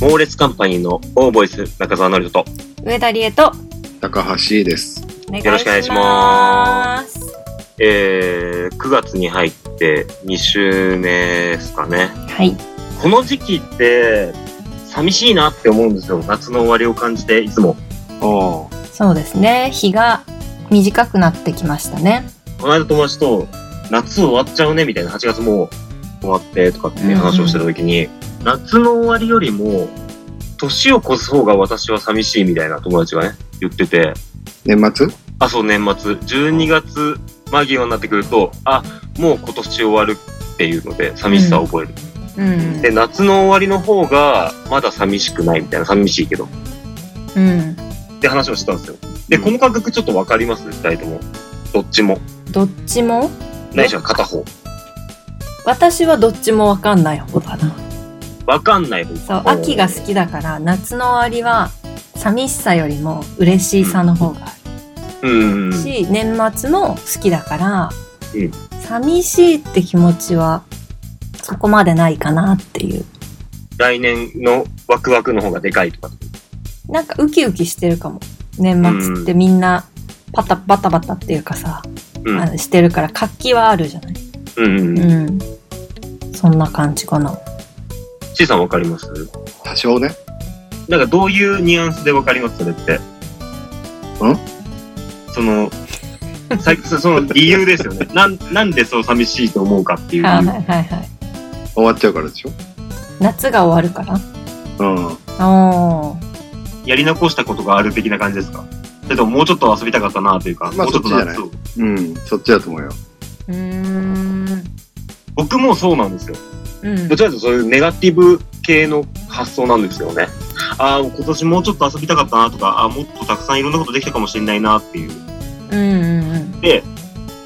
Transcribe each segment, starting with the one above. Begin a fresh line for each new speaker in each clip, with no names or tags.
猛烈カンパニーのオーボイス中澤のりと、
上田理恵と
高橋です。
お願いします
よろしくお願いしますえー、9月に入って2週目ですかね。
はい
この時期って、寂しいなって思うんですよ。夏の終わりを感じて、いつも。
あ
そうですね日が短くなってきましたね
この間友達と、夏終わっちゃうね、みたいな、8月もう終わって、とかっていう話をしてた時に、夏の終わりよりも、年を越す方が私は寂しいみたいな友達がね、言ってて、
年末
あ、そう、年末。12月間際になってくると、あ、もう今年終わるっていうので、寂しさを覚える。
うん
で、夏の終わりの方が、まだ寂しくないみたいな、寂しいけど、
うん
って話をしてたんですよ。で、この感覚ちょっとわかります二人とも。どっちも。
どっちも
ないしは片方。
私はどっちもわかんない方だな
わかんない方。
そう秋が好きだから夏の終わりは寂しさよりも嬉しさの方があ
うん
る。し、年末も好きだから、
うん
寂しいって気持ちはそこまでないかなっていう
来年のワクワクの方がでかいとか。
なんかウキウキしてるかも年末ってみんなパタバタバタっていうかさ、
うん。
あのしてるから活気はあるじゃない、
うんうんうん。
うん、そんな感じかな
C さんわかります
多少ね。
なんかどういうニュアンスでわかりますそれって。んその、さそその理由ですよ ね。なん、なんでそう寂しいと思うかっていう理
はい
由。
はいはいはい
終わっちゃうからでしょ
夏が終わるから
うん。
おー
やり残したことがある的な感じですかそれとももうちょっと遊びたかったなというか、
まあ
もうちょっと
そっちじゃない
夏を
うん。そっちだと思うよ。
うーん
僕もそうなんですよ。
うん
どちらかというとそういうネガティブ系の発想なんですよね。ああ、今年もうちょっと遊びたかったなとか、ああ、もっとたくさんいろんなことできたかもしれないなっていう。
うんうんうん
で、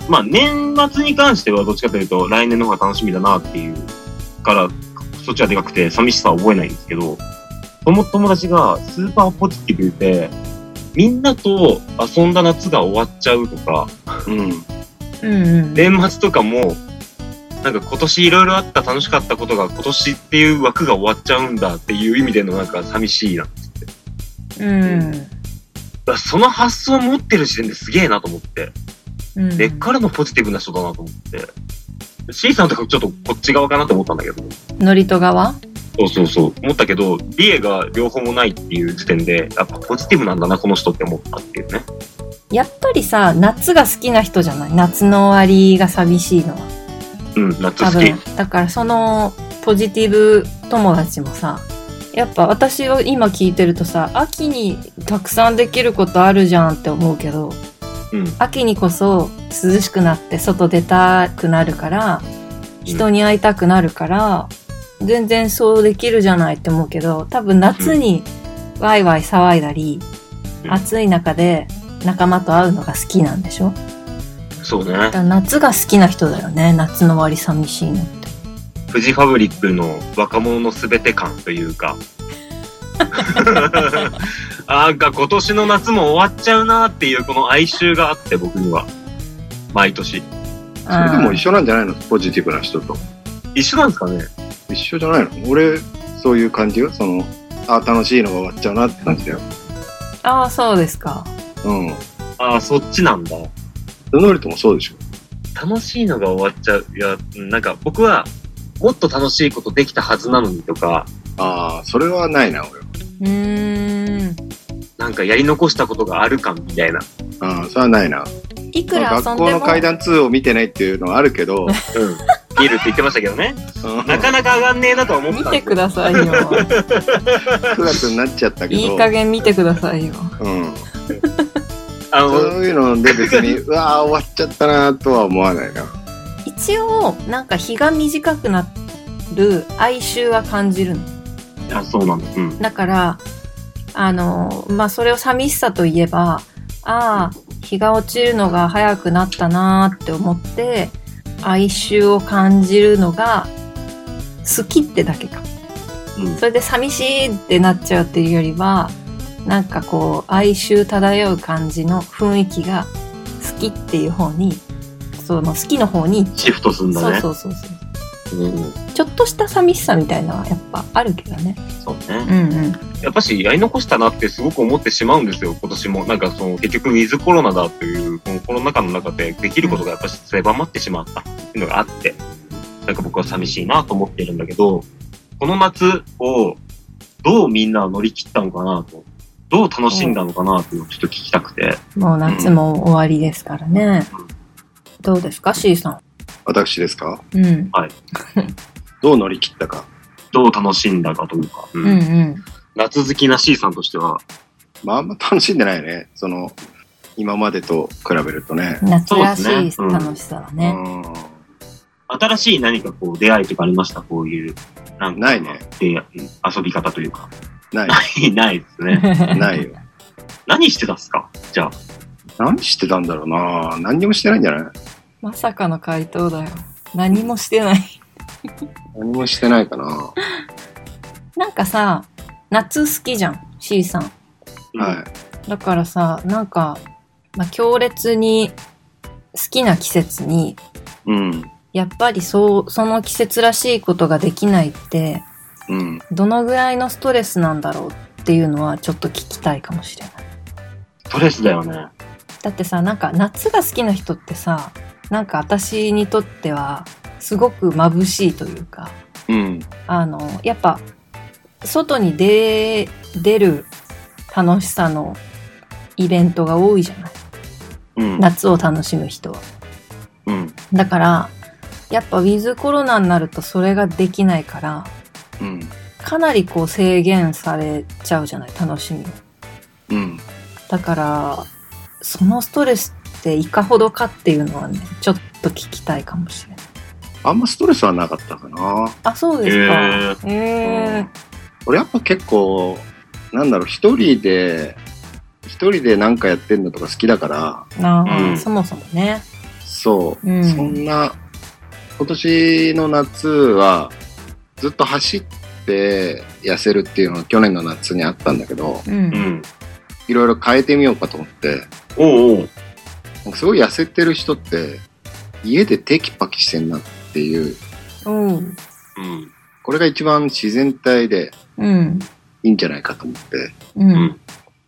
まあ年末に関してはどっちかというと来年の方が楽しみだなっていうから、そっちはでかくて寂しさは覚えないんですけど、その友達がスーパーポジティブで、みんなと遊んだ夏が終わっちゃうとか、
うん。
うんうん
年末とかも、なんか今年いろいろあった楽しかったことが今年っていう枠が終わっちゃうんだっていう意味でのなんか寂しいな。だか
うん
らその発想を持ってる時点ですげえなと思って。
うん
根っからのポジティブな人だなと思って。C さんとかちょっとこっち側かなと思ったんだけど。
ノリト側
そうそうそう。思ったけど、理恵が両方もないっていう時点で、やっぱポジティブなんだな、この人って思ったっていうね。
やっぱりさ夏が好きな人じゃない夏の終わりが寂しいのは
うん、夏
多
好き。
分だからそのポジティブ友達もさやっぱ私は今聞いてるとさ秋にたくさんできることあるじゃんって思うけど
うん。
秋にこそ涼しくなって外出たくなるから人に会いたくなるから、全然そうできるじゃないって思うけど多分夏にワイワイ騒いだり、
うん
暑い中で仲間と会うのが好きなんでしょ
そうね
だか。ら夏が好きな人だよね夏の終わり寂しいのって。
フジファブリックの若者のすべて感というか。なんか今年の夏も終わっちゃうなっていうこの哀愁があって僕には。毎年。
それでも一緒なんじゃないのポジティブな人と。
一緒なんですかね
一緒じゃないの俺、そういう感じよ。その、あ楽しいのが終わっちゃうなって感じだよ。
ああそうですか。
うん。
ああ、そっちなんだ。
ノリともそうでしょ。
楽しいのが終わっちゃう。いや、うんなんか僕はもっと楽しいことできたはずなのにとか、
ああ、それはないな、俺は。
うーん。
なんかやり残したことがあるかみたいな。
ああ、それはないな。
いくら遊んでも
学校の階段2を見てないっていうのはあるけ
う
ど、
ん。見るって言ってましたけどね。
うん
なかなか上がんねえなとは思って
見
たん
て
です
く
よ。
ださいよ。
9月になっちゃったけど、
いい加減見てくださいよ。
うん。
あの、
そういうので別 に、うわあ、終わっちゃったなとは思わないな。
一応なんか日が短くなる哀愁は感じるの。
あそうなんだ。うん。
だからあのまあそれを寂しさといえばああ日が落ちるのが早くなったなーって思って哀愁を感じるのが好きってだけか。
うん
それで寂しいってなっちゃうっていうよりは、なんかこう、哀愁漂う感じの雰囲気が好きっていう方に、その好きの方に、
シフトすんだ
そう
ね。
そうそうそう。
うん。
ちょっとした寂しさみたいなのはやっぱあるけどね。
そうね。
うんうん。
やっぱし、やり残したなってすごく思ってしまうんですよ、今年も。なんか、その、結局、ウィズコロナだという、このコロナ禍の中で、できることがやっぱし狭まってしまったっていうのがあって、なんか僕は寂しいなと思ってるんだけど、この夏を、どうみんな乗り切ったのかなと、どう楽しんだのかなっていうのをちょっと聞きたくて、
もう夏も終わりですからね。どうですか ?C さ
私ですか
ん。うん。
どう乗り切ったか。
どう楽しんだかというか、う
うん
ん
うん。
夏好きな C さんとしては、
まああんま楽しんでないね。その、今までと比べるとね。
夏らしい
そうですねうん
楽しさはね。
新しい何かこう出会いとかありましたこういう、なんか
ないね。
で遊び方というか。
うん。な
ないです ね。
い、な いよ。
何してたっすかじゃあ。
何してたんだろうな何にもしてないんじゃない
まさかの回答だよ。何もしてない。
何もしてないかな、
なんかさ、夏好きじゃん、C さん。
はい。
だからさ、なんか、まあ、強烈に好きな季節に、
うん。
やっぱりそう、その季節らしいことができないって、
うん。
どのぐらいのストレスなんだろうっていうのはちょっと聞きたいかもしれない。
ストレスだよね。
だってさ、なんか夏が好きな人ってさ、なんか私にとってはすごく眩しいというか、
うん。
あの、やっぱ外に出、出る楽しさのイベントが多いじゃない
うん。
夏を楽しむ人は。
うん。
だから、やっぱウィズコロナになるとそれができないから、
うん。
かなりこう制限されちゃうじゃない楽しみを。
うん。
だから、そのストレスっていかほどかっていうのはね、ちょっと聞きたいかもしれない。
あんまストレスはなかったかな
あ、そうですか。え
うん
え
俺やっぱ結構、なんだろう、一人で、一人で何かやってんのとか好きだから、
なあ、
うん
そもそもね。
そう、
うん
そんな、今年の夏は、ずっと走って痩せるっていうのが去年の夏にあったんだけど、
う。
うんん。
いろいろ変えてみようかと思って、
おうおう。
なんかすごい痩せてる人って、家でテキパキしてんなっていう、
うん。
うん。
これが一番自然体で
うん。
いいんじゃないかと思って、
うん。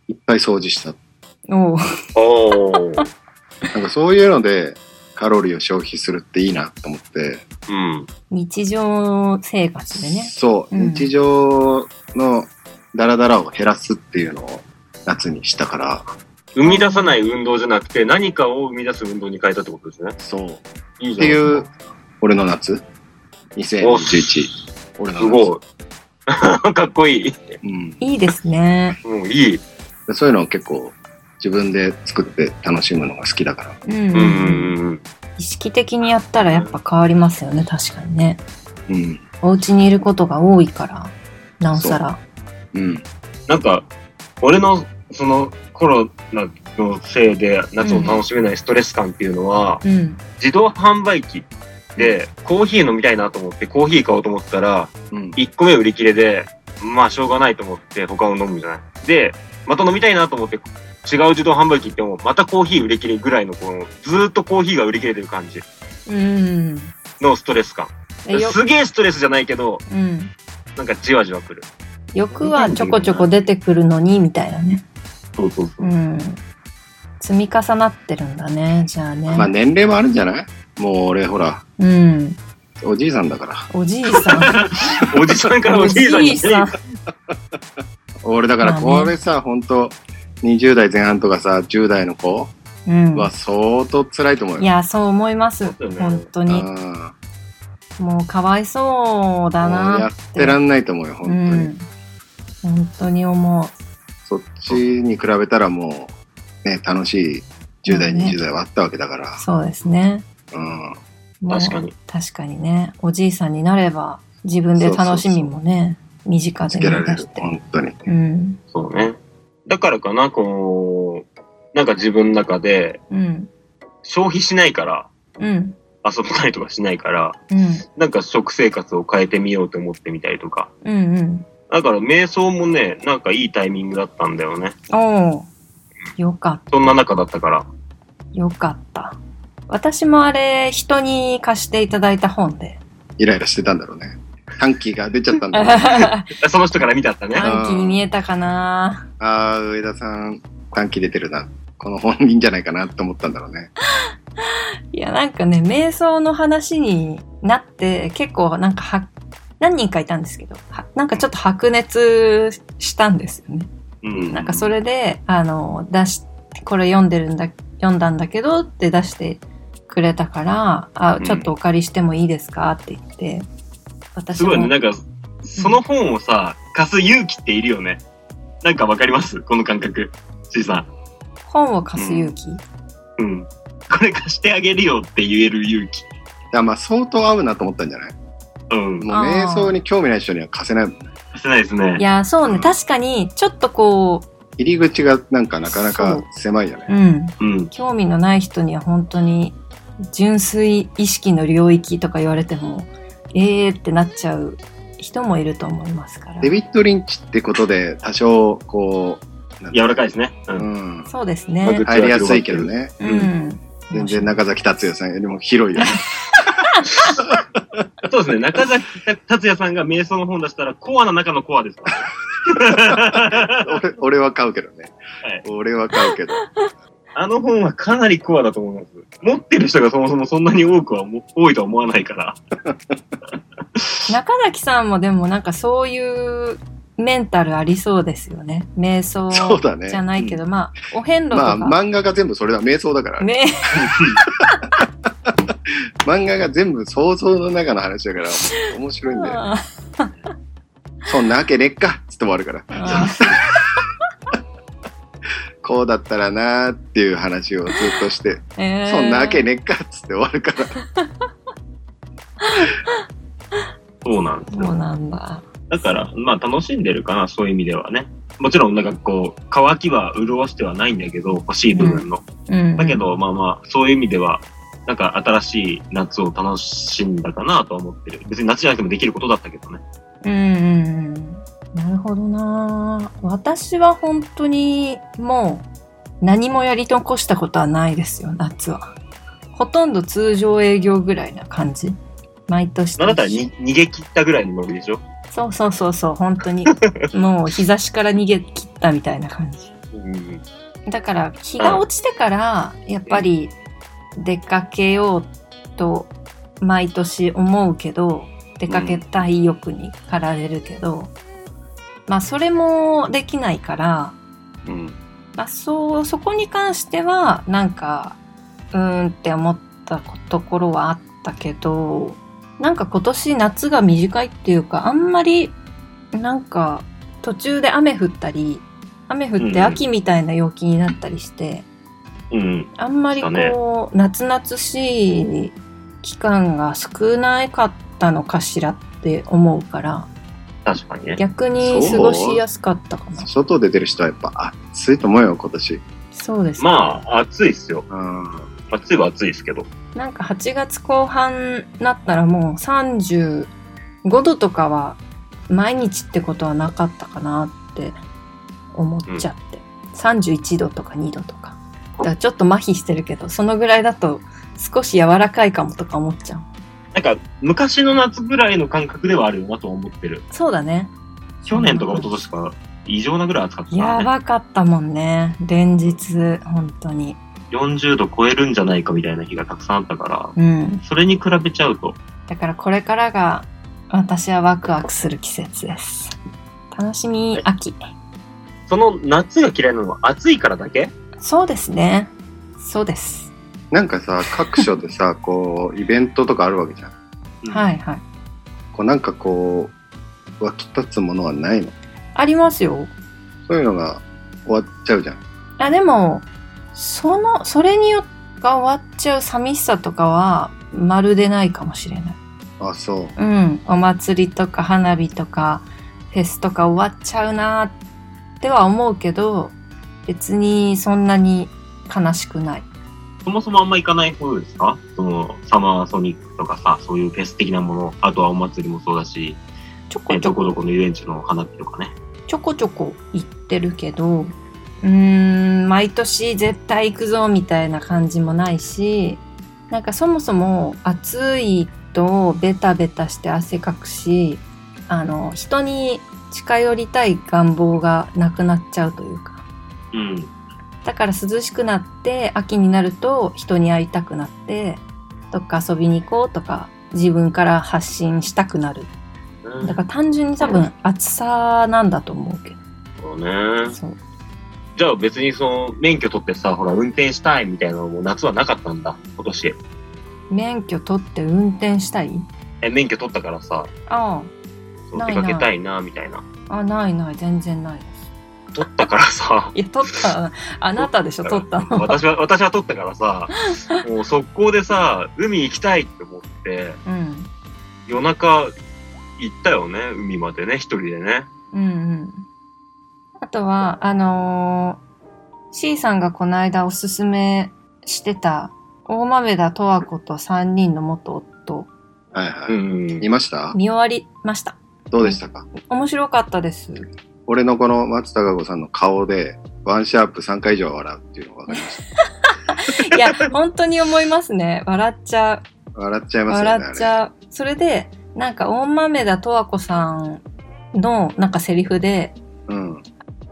いっぱい掃除した。
おう
おう。
なんかそういうので、カロリーを消費するっていいなと思って、
うん。
日常生活でね。
そう、
うん
日常のダラダラを減らすっていうのを夏にしたから、
生み出さない運動じゃなくて、何かを生み出す運動に変えたってことですね。
そう、
いい
っ
じ
て
ゃん。
いう。、俺の夏 ?2011。俺
す
の
ごい。 かっこいい。
夏。うん
いいですね。
もういい。
でそういうのを結構自分で作って楽しむのが好きだから。
うん。
うんうんうん。
意識的にやったらやっぱ変わりますよね、確かにね。
うん。
お家にいることが多いから、なおさら。
うん。
なんか、俺のそのコロナのせいで夏を楽しめないストレス感っていうのは、
うん。
自動販売機でコーヒー飲みたいなと思ってコーヒー買おうと思ったら、
うん。
1個目売り切れで、まあしょうがないと思って他を飲むじゃない。で、また飲みたいなと思って違う自動販売機行っても、またコーヒー売り切れぐらいのこの、ずーっとコーヒーが売り切れてる感じ
うん。
のストレス感。
えよ
すげえストレスじゃないけど、
うん。
なんかじわじわくる。
欲はちょこちょこ出てくるのに、みたいなね。。
そうそうそううん
積み重なってるんだね、じゃあね。
まあ年齢もあるんじゃないもう俺ほら、
うん。
おじいさんだから。
おじい さ
おじさんか
ん。
らおじいさんに。
ん。
俺だから
まあ
こ
ね
れさ、本当20代前半とかさ、10代の子
うん。
は相当辛いと思うよ。
いや、そう思います。
そうだよね
本当
うん、
に。もうかわいそうだ
もう
な
や
っ
って
て。
らんないと思うよ、本
う
当に。
ん。本当に思う。
そっちに比べたらもう、ね、楽しい10代、
まあね
20代はあったわけだから。
そうですね。
うん。
もう
確かに。
確かにね。おじいさんになれば、自分で楽しみもね、身近
つ
で
けら
見
れ
出
る
し、て。
本当に。
うん。
そうね。だからかな、こう、なんか自分の中で、
うん。
消費しないから、
うん。
遊ばないとかしないから、
うん。
なんか食生活を変えてみようと思ってみたりとか。
うんうん。
だから瞑想もね、なんかいいタイミングだったんだよね。
おお。よかっ
そんな中だったから。
た。よかった。私もあれ、人に貸していただいた本で、
イライラしてたんだろうね。短期が出ちゃったんだろうね。
その人から見たったね。
短期に見えたかな
ああ、上田さん、短期出てるな。この本人じゃないかなって思ったんだろうね。
いや、なんかね、瞑想の話になって、結構なんかは、何人かいたんですけど、はなんかちょっと白熱したんですよね。
うん。
なんかそれで、あの、出し、これ読んでるんだ、読んだんだけどって出してくれたから、あ
う、ん
ちょっとお借りしてもいいですかって言って、私
す
も
ごいね。なんか、その本をさ、貸す勇気っているよね。なんかわかりますこの感覚。C さん。
本を貸す勇気。
うん。これ貸してあげるよって言える勇気。
いや、まあ相当合うなと思ったんじゃない
うん。
もう
あー
瞑想に興味ない人には貸せないもん。
貸せないです
い
ね。
や、そう
う
ね、
ん
確かに、ちょっとこう、
入り口がなんかなかな
そ
か
う
狭いよ
う
ね。
ん、
うん。
興味のない人には本当に純粋意識の領域とか言われてもええー、ってなっちゃう人もいると思いますから
デビッド・リンチってことで多少こう、なんて
柔
うの
らかいですね。う。
うんん。
そうです
ま
ね
ず
入りやすいけどね。
う
うん
全然中崎達也さんよりも広いよね。
そうですね。中崎達也さんが瞑想の本出したら、コアな中のコアですから。
俺俺は買うけどね
はい。
俺は買うけど。
あの本はかなりコアだと思います。持ってる人がそもそもそんなに多くはも、多いとは思わないから。
中崎さんもでもなんかそういうメンタルありそうですよね瞑想
そうだね
じゃないけど、まあお遍路と
ま
か、
あ漫画が全部それだ。瞑想だから。
ね
漫画が全部想像の中の話だから面白いんだよ。そんなわけねっかつって終わるから。 こうだったらなーっていう話をずっとして、そんなわけねっかっつって終わるから。
そうなんです
そう
よ。
なんだ
だから、まあ楽しんでるかな、そういう意味ではね。もちろん、なんかこう、乾きは潤してはないんだけど、欲しい部分の。
うん
だけど、まあまあ、そういう意味では、なんか新しい夏を楽しんだかなとは思ってる。別に夏じゃなくてもできることだったけどね。
うんうんうんなるほどな私は本当にもう何もやり残したことはないですよ、夏は。ほとんど通常営業ぐらいな感じ。毎年。
まあだったらに逃げ切ったぐらいのノリでしょ。
そうそうそうそう、本当に。もう日差しから逃げ切ったみたいな感じ。
うん。
だから日が落ちてからやっぱり出かけようと毎年思うけど出かけたい欲に駆られるけど、まあそれもできないから、
うん。
まあ、そうそこに関してはなんかうーんって思ったところはあったけどなんか今年夏が短いっていうかあんまりなんか途中で雨降ったり雨降って秋みたいな陽気になったりして、
うん。
あんまりこう、夏夏しい期間が少なかったのかしらって思うから
確かにね。
逆に過ごしやすかったかなそう
外出てる人はやっぱ暑いと思うよ、今年。
ですね
まあ、暑いっすよ。
うん。
暑いは暑いですけど。
なんか8月後半になったらもう35度とかは毎日ってことはなかったかなって思っちゃって、31度とか2度とかだからちょっと麻痺してるけどそのぐらいだと少し柔らかいかもとか思っちゃう
なんか、昔の夏ぐらいの感覚ではあるよなとは思ってる。
そうだね
去年とか一昨年とか、異常なぐらい暑かったから
や
ね。
ばかったもんね連日本当に
40度超えるんじゃないかみたいな日がたくさんあったか
うん
ら、それに比べちゃうと、
だからこれからが私はワクワクする季節です楽しみ秋
その夏が嫌いなのは暑いからだけ。
そうですねそうです
なんかさ、各所でさ、こう、イベントとかあるわけじゃん。
はいいはい。
こう、なんかこう、湧き立つものはないの。
ありますよ。
そういうのが終わっちゃうじゃん。
あ、でも、その、それによってが終わっちゃう寂しさとかは、まるでないかもしれない。
あ、そう。
うん。お祭りとか花火とか、フェスとか終わっちゃうなっては思うけど、別にそんなに悲しくない。
そもそもあんま行かない方ですかその、サマーソニックとかさ、そういうフェス的なもの、あとはお祭りもそうだし、
ちょこ
ね、
ちょ
どこ
こ
どこの遊園地の花火とかね。
ちょこちょこ行ってるけど、うーん、毎年絶対行くぞみたいな感じもないし、なんかそもそも暑いとベタベタして汗かくし、あの、人に近寄りたい願望がなくなっちゃうというか。
うん。
だから涼しくなって、秋になると人に会いたくなって、どっか遊びに行こうとか、自分から発信したくなる。だから単純に多分暑さなんだと思うけ
そうね
ど。。そう。
じゃあ別にその免許取ってさ、ほら運転したいみたいなのも夏はなかったんだ、今年。
免許取って運転したい
え、免許取ったからさ、
あ
そう
ない
出
な
か
い
けたいな、みたいな。
あ、あ、ないない、全然ないです。
取ったからさ、
いや、取 った、あなたでしょ、取ったの。
私は、私は取ったからさ、もう速攻でさ、海行きたいって思って、
うん。
夜中行ったよね、海までね、一人でね。
うんうん。あとは、あのー、C さんがこの間おすすめしてた、大豆田十和子と3人の元夫、
はいは
う
い。
ん
見。ました
見終わりました。
どうでしたか
面白かった です。
俺のこの松たか子さんの顔で、ワンシャープ3回以上笑うっていうの分かりました。
いや、本当に思いますね。笑っちゃ。
笑っちゃいうますよね。
笑っちゃう。それで、なんか大豆田十和子さんの、なんかセリフで、
あれうん。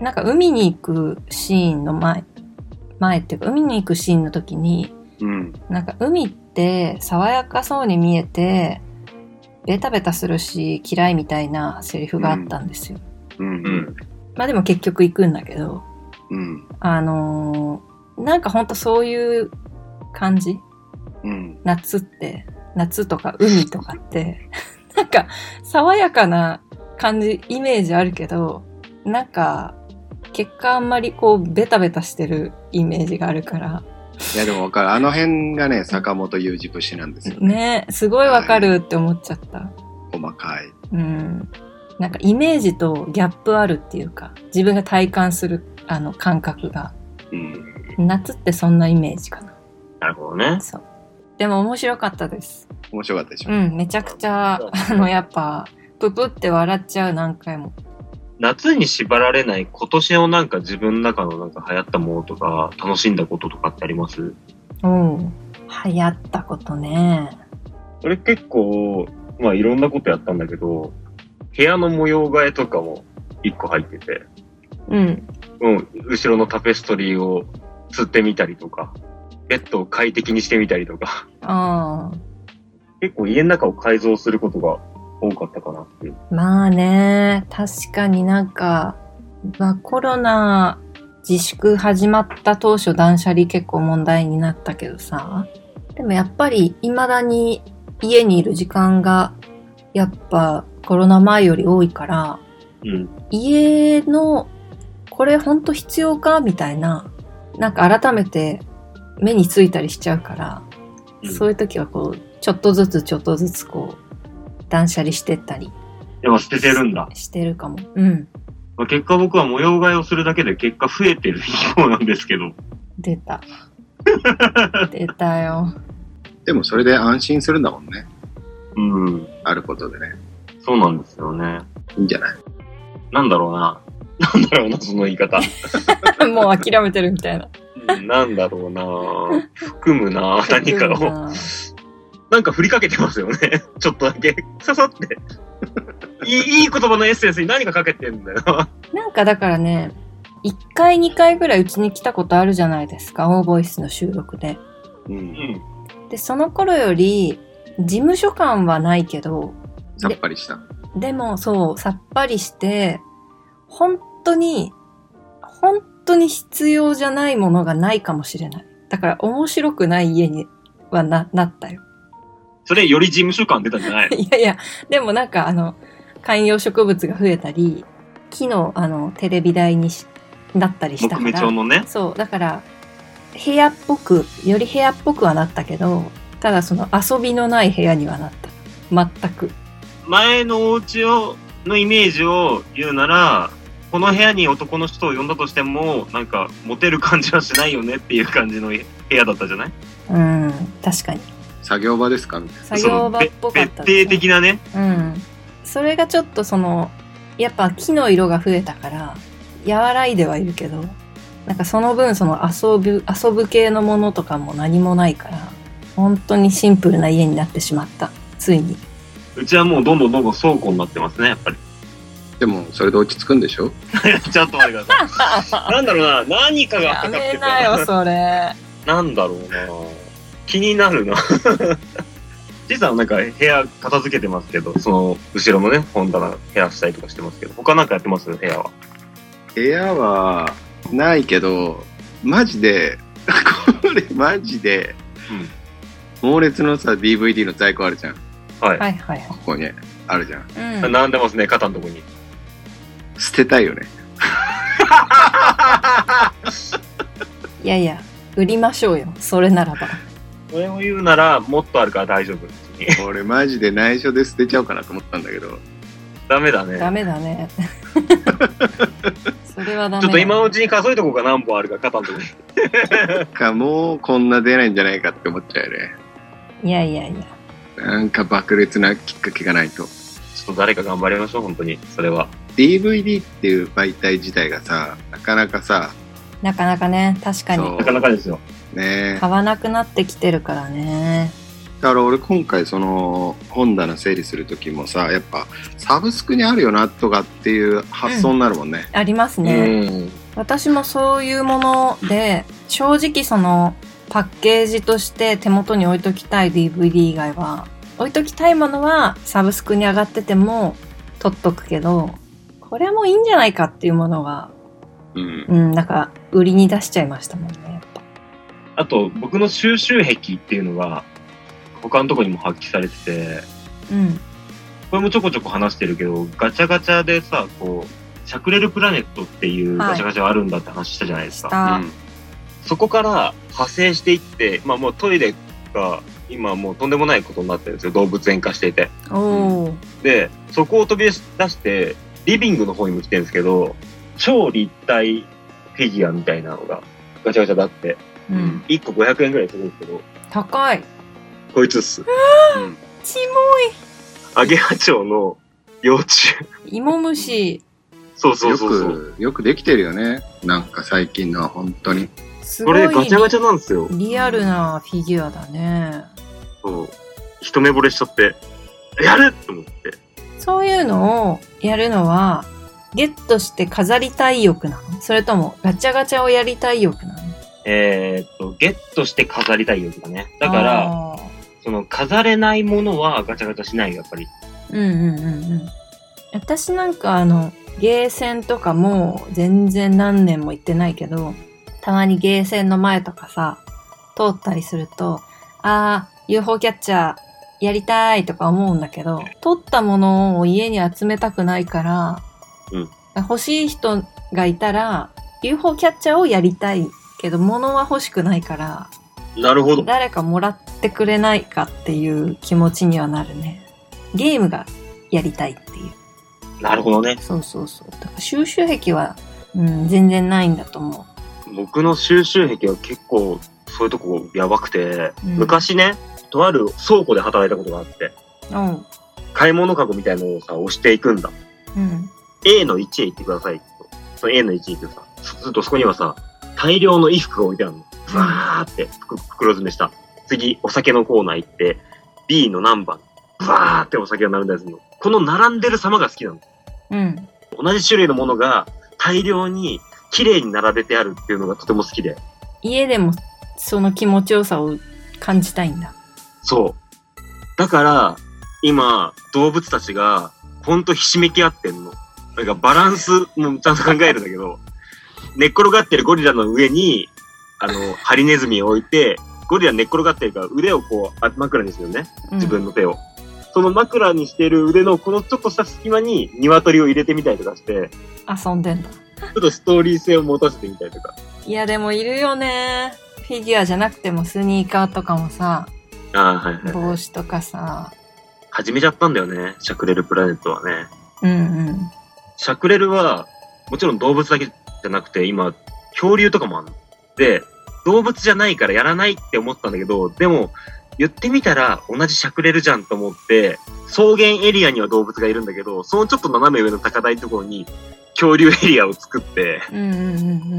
なんか海に行くシーンの前、前っていうか海に行くシーンの時に、
うん。
なんか海って爽やかそうに見えて、ベタベタするし嫌いみたいなセリフがあったんですよ。
うん。うん。
まあでも結局行くんだけど、
うん。
あのーなんかほんとそういう感じ
うん。
夏って、夏とか海とかって、 なんか爽やかな感じ、イメージあるけど、なんか結果あんまりこうベタベタしてるイメージがあるから、
いやでも分かる。あの辺がね、坂本雄二節なんですよね。
ね、すごいわかるって思っちゃった。
細かい。
うん。なんかイメージとギャップあるっていうか、自分が体感するあの感覚が、
うん。
夏ってそんなイメージかな。
なるほどね。
そう。でも面白かったです。
面白かったでしょ。
うん、めちゃくちゃ、あの、やっぱ、ププって笑っちゃう何回も。
夏に縛られない今年のなんか自分の中のなんか流行ったものとか、楽しんだこととかってあります
うん。流行ったことね。
俺結構、まあいろんなことやったんだけど、部屋の模様替えとかも一個入ってて、
うん。
うん、後ろのタペストリーを釣ってみたりとか、ベッドを快適にしてみたりとか、
あ
結構家の中を改造することが多かったかなっていう。
あ。まあね、確かになんか、まあコロナ自粛始まった当初断捨離結構問題になったけどさ。でもやっぱり未だに家にいる時間がやっぱコロナ前より多いから、
うん。
家のこれ本当必要かみたいな、なんか改めて目についたりしちゃうから、
うん
そういう時はこう、ちょっとずつちょっとずつこう、断捨離してったり
でも捨ててるんだ。
してるかも。うん。
まあ、結果僕は模様替えをするだけで結果増えてるようなんですけど。
出た。出たよ。
でもそれで安心するんだもんね。
うん。
あることでね。
そうなんですよね。
いいんじゃない
なんだろうな。なんだろうな、その言い 方。
もう諦めてるみたいな。
うんなんだろうな。含む な、何かを。
を。
なんか振りかけてますよね。 ちょっとだけ。ささ って。いい、いい言葉のエッセンスに何かかけてんだよな。
なんかだからね、1回2回ぐらいうちに来たことあるじゃないですか、オーボイスの収録で。
う。
うんん。
で、その頃より、事務所感はないけど、
さっぱりした。
でもそう、さっぱりして、本当に、本当に必要じゃないものがないかもしれない。だから面白くない家にはな、なったよ。
それより事務所感出たんじゃないの
いやいや、でもなんかあの、観葉植物が増えたり、木のあの、テレビ台にしなったりし
木
たか
目調
ら。
のね。
そう、だから、部屋っぽく、より部屋っぽくはなったけど、ただその遊びのない部屋にはなった。全く。
前のお家を、のイメージを言うなら、この部屋に男の人を呼んだとしても、なんか、モテる感じはしないよねっていう感じの部屋だったじゃない
うん、確かに。
作業場ですかみたい
作業場っぽかった
そのべ
で
別邸
すね
的なね。
うん。それがちょっとその、やっぱ木の色が増えたから、和らいではいるけど、なんかその分その遊ぶ、遊ぶ系のものとかも何もないから、本当にシンプルな家になってしまった。ついに。
うちはもうどんどんどんどん倉庫になってますね、やっ ぱり。
でも、それで落ち着くんでしょ
ちょっと待ってください。なんだろうな、何かが
や
かかっ
め
て
なよ、それ。
なんだろうな。気にな るな。じいさんはなんか部屋片付けてますけど、その後ろのね、本棚部屋したりとかしてますけど、他なんかやってます部屋は。
部屋はないけど、マジで、これマジで、猛烈のさ、DVD の在庫あるじゃん。
はい。
はいはいは
ここにあるじゃん。
い。うん。
並んでますね、肩のとこに。
捨てたいよね。
いやいや、売りましょうよ。それならば。
それを言うなら、もっとあるから大丈夫。別に
俺マジで内緒で捨てちゃおうかなと思ったんだけど、
ダメだね。
ダメだ ね。それはダメだ。
ちょっと今のうちに数えとこうか、何本あるか、肩のとこに。
かもうこんな出ないんじゃないかって思っちゃうよね。
いやいやいや。
なんか爆裂なきっかけがないと。
ちょっと誰か頑張りましょう、本当に。それは。
DVD っていう媒体自体がさ、なかなかさ、
なかなかね、確か
そ
に。
なかなかですよ。
ね
買わなくなってきてるからね。
だから俺今回その本棚整理する時もさ、やっぱサブスクにあるよなとかっていう発想になるもんね。
ありますね。
うん。
私もそういうもので、正直そのパッケージとして手元に置いときたい DVD 以外は、置いときたいものはサブスクに上がってても取っとくけど、これはもういいんじゃないかっていうものは、
うん。
うん、なんか売りに出しちゃいましたもんね、やっぱ。
あと、僕の収集癖っていうのが、他のとこにも発揮されてて、
うん。
これもちょこちょこ話してるけど、ガチャガチャでさ、こう、しゃくれるプラネットっていう
はい
ガチャガチャがあるんだって話したじゃないですか。
下。
そこから派生していって、まあもうトイレが今もうとんでもないことになってるんですよ、動物園化していて。
おー。
で、そこを飛び出して、リビングの方にも来てるんですけど、超立体フィギュアみたいなのがガチャガチャだって、
うん。
1個500円ぐらいするんですけど、
高い。
こいつっす。
うん
ち
アゲハチョウの幼虫。
も、芋虫。
そうそう
よ
そうそう。
く、よくできてるよね。なんか最近のは本当に。
す
こ
ごい
れガチャガチャなんですよ。
リアルなフィギュアだね。
そう。一目惚れしちゃって、やると思って。
そういうのをやるのは、ゲットして飾りたい欲なのそれともガチャガチャをやりたい欲なの
えーっと、ゲットして飾りたいよとかね。だから、、
あー
その飾れないものはガチャガチャしないよ、やっぱり。
うんうんうんうん。私なんかあの、ゲーセンとかもう全然何年も行ってないけど、たまにゲーセンの前とかさ、通ったりすると、あー、UFO キャッチャーやりたいとか思うんだけど、取ったものを家に集めたくないから、
うん
欲しい人がいたら、UFO キャッチャーをやりたいけど、物は欲しくないから、
なるほ。
誰かもらってくれないかっていう気持ちにはなるね。ゲームがやりたいっていう。
なるほどね。
そうそうそう。だから収集癖は、うん、全然ないんだと思
僕の収集癖は結構、そういうとこやばくて、
うん
昔ね、とある倉庫で働いたことがあって、
う。うん。
買い物カゴみたいのをさ、押していくんだ。
うん。
A の1へ行ってくださいと。その A の1行ってさ、そうするとそこにはさ、大量の衣服が置いてあるの。ブワーって袋袋詰めした。次、お酒のコーナー行って、B の何番。ブワーってお酒が並んだりするの。この並んでる様が好きなの。
うん。
同じ種類のものが大量に綺麗に並べてあるっていうのがとても好きで。
家でもその気持ちよさを感じたいんだ。
そう。だから、今、動物たちが、ほんとひしめき合ってんの。なんかバランスもちゃんと考えるんだけど、寝っ転がってるゴリラの上に、あの、ハリネズミを置いて、ゴリラ寝っ転がってるから腕をこう、あ枕にするのね。
うん
自分の手を。その枕にしてる腕のこのちょっとした隙間に鶏を入れてみたりとかして、ち
遊んでんだ。
ょっとストーリー性を持たせてみたりとか。
いや、でもいるよね。フィギュアじゃなくてもスニーカーとかもさ、
ああ、はいはい。
帽子とかさ。
始めちゃったんだよね。しゃくれるプラネットはね。
うんうん。
シャクレルは、もちろん動物だけじゃなくて、今、恐竜とかもあるの。で、動物じゃないからやらないって思ったんだけど、でも、言ってみたら同じシャクレルじゃんと思って、草原エリアには動物がいるんだけど、そのちょっと斜め上の高台のところに、恐竜エリアを作って、
うんうんうん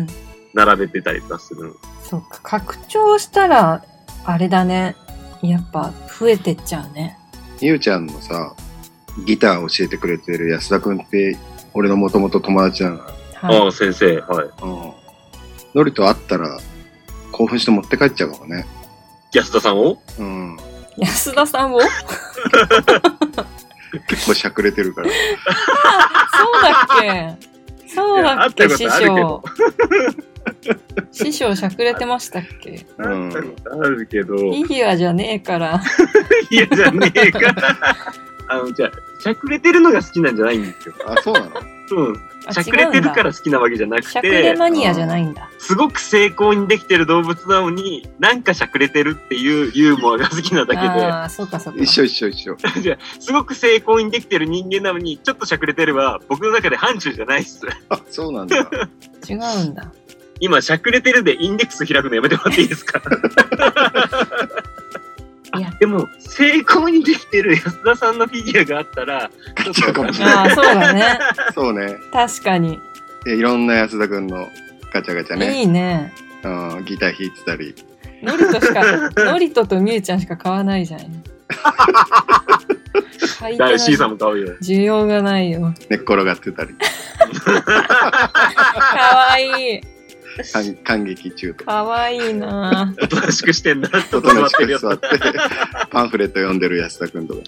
うん。
並べてたりとかするの。
そうか、拡張したら、あれだね。やっぱ、増えてっちゃうね。
ゆうちゃんのさ、ギター教えてくれてる安田くんって、俺のもともと友達なのよ。
あ
は
あ、先生、はい。
うん。ノリと会ったら、興奮して持って帰っちゃうかもね。
安田さんを
うん。
い。安田さんを
結構しゃくれてる から。
そうだっけそうだっ
い
け
や会った
師
ことあるけ
匠
ど。
師匠しゃくれてましたっけ
うん
あるけど。
フィギュアじゃねえから。
いやじゃねえか。あの、じゃあしゃくれてるのが好きなんじゃないんですよ。
あ、そうなの
うん。
あ
しゃくれてるか
違うんだ
ら好きなわけじゃなく
しゃくれ
て、
マニアじゃないんだ。
すごく成功にできてる動物なのに、なんかしゃくれてるっていうユーモアが好きなだ
ああ、そうかそうか。
一緒一緒一緒。
けで、じゃあすごく成功にできてる人間なのに、ちょっとしゃくれてるは、僕の中で範疇じゃないっす。
あ、そうなんだ。
違うんだ。
今、しゃくれてるでインデックス開くのやめてもらっていいですか
いや
でも、成功にできてる安田さんのフィギュアがあった ら、
買っちゃうかもしれない。
ああ、そうだね。
そうね。
確かに。
でいろんな安田くんのガチャガチャね。
いいね。
うん、ギター弾いてたり。
ノリトしか、ノリトとミュウちゃんしか買わないじ ゃん。買い手
だ
の
C さんも買うよ。
需要がないよ。
寝っ転がってたり。
かわいい。
感感激中と。
かわいいな
おとなしくしてんなって
お
音
と
が
な
っ
して
る や
く
つ
座。って、パンフレット読んでる安田くんとか。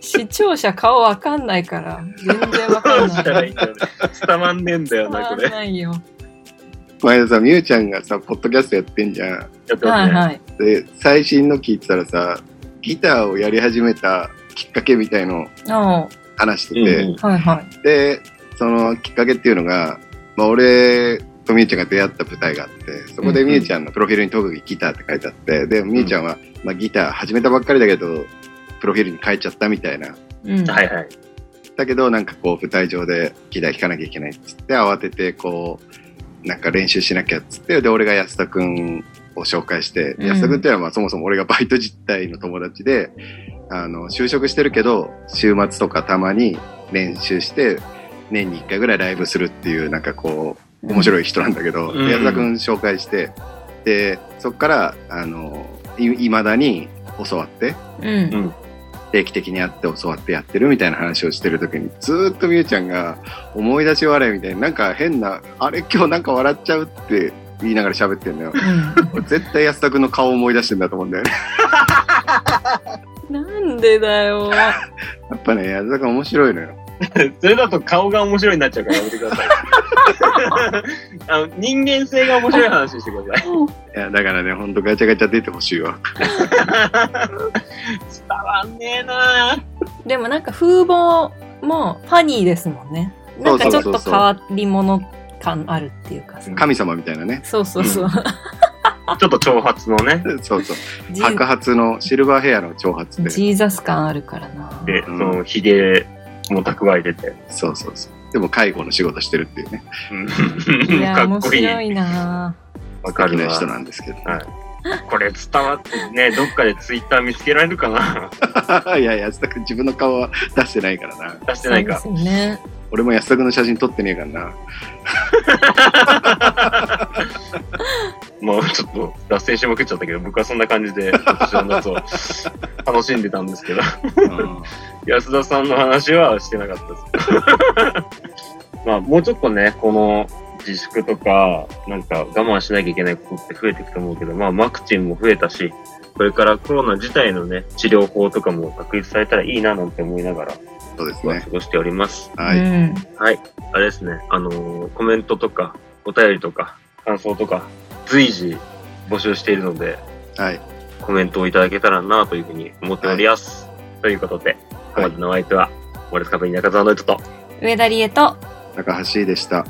視聴者顔わかんないから。全然わかんない。
いいんだよ ね伝わんねえんだよ
わ
な、
か
こ
ん
れ。
ないよ。
前田さ、みゆちゃんがさ、ポッドキャストやってんじゃん。
やって
はい
ますね。
はい。
で、最新の聞いてたらさ、ギターをやり始めたきっかけみたいのを
あ
話してて、
うんうん
あ、はいはい。
で、そのきっかけっていうのが、まあ、俺とみゆちゃんが出会った舞台があって、そこで
うんうん
みゆちゃんのプロフィールに特技ギターって書いてあって、で、みゆちゃんは、まあ、ギター始めたばっかりだけど、プロフィールに書いちゃったみたいな。
うん。
はいはい。
だけど、なんかこう、舞台上でギター弾かなきゃいけないっつって、慌てて、こう、なんか練習しなきゃっつって、で、俺が安田くんを紹介して、
うん
安田くんっていうのは、まあ、そもそも俺がバイト実態の友達で、あの、就職してるけど、週末とかたまに練習して、年に1回ぐらいライブするっていう、なんかこう、面白い人なんだけど、
うん
で安田くん紹介して、で、そっから、あの、いまだに教わって、
うん。
定期的に会って教わってやってるみたいな話をしてる時にずーっとみゆちゃんが思い出し笑いみたいになんか変なあれ今日なんか笑っちゃうって言いながら喋ってんのよ俺絶対安田君の顔を思い出してんだと思うんだよね
うんなんでだよ。
やっぱね安田君面白いのよ
それだと顔が面白いになっちゃうからやめてく ださい。あの人間性が面白い話してください。
いやだからねほんとガチャガチャ出てほしいわ
伝わんねえな
でもなんか風貌もファニーですもんね。なんかちょっと変わり者感あるっていうかさ。
神様みたいなね
そうそうそう。
ちょっと長髪のね。
そうそう
ジ
白髪のシルバーヘアの長髪で
ジーザス感あるからな。
で、そ
うん
の、ひげも蓄えてて。
そうそうそうでも介護の仕事してるっていうね
いや、
かっ
面
こいい。
白いな。
わかる
好きな人
わ。
なんですけど、
はこれ伝わってね、どっかでツイッター見つけられるかな
い、や安田君自分の顔は出してないからな
出してないか。
そうですよね。
俺も安田君の写真撮ってねえからな
まあちょっと脱線しまくっちゃったけど、僕はそんな感じで、今年の夏を楽しんでたんですけど、
うん
安田さんの話はしてなかったです。まあもうちょっとね、この自粛とか、なんか我慢しなきゃいけないことって増えていくと思うけど、まあワクチンも増えたし、これからコロナ自体のね、治療法とかも確立されたらいいななんて思いながら、
そうです
僕は
ね
過ごしております。
はい、
うん。
はい。あれですね。あのーコメントとか、お便りとか、感想とか、随時募集しているので、
はい。
コメントをいただけたらなというふうに思っております。ということで、ここまでのお相手は、モレスカフェに中澤の人と、
上田理恵と、
高橋でした。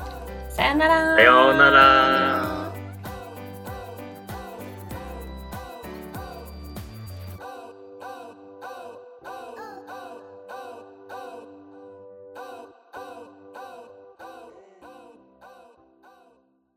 さよなら。
さようなら。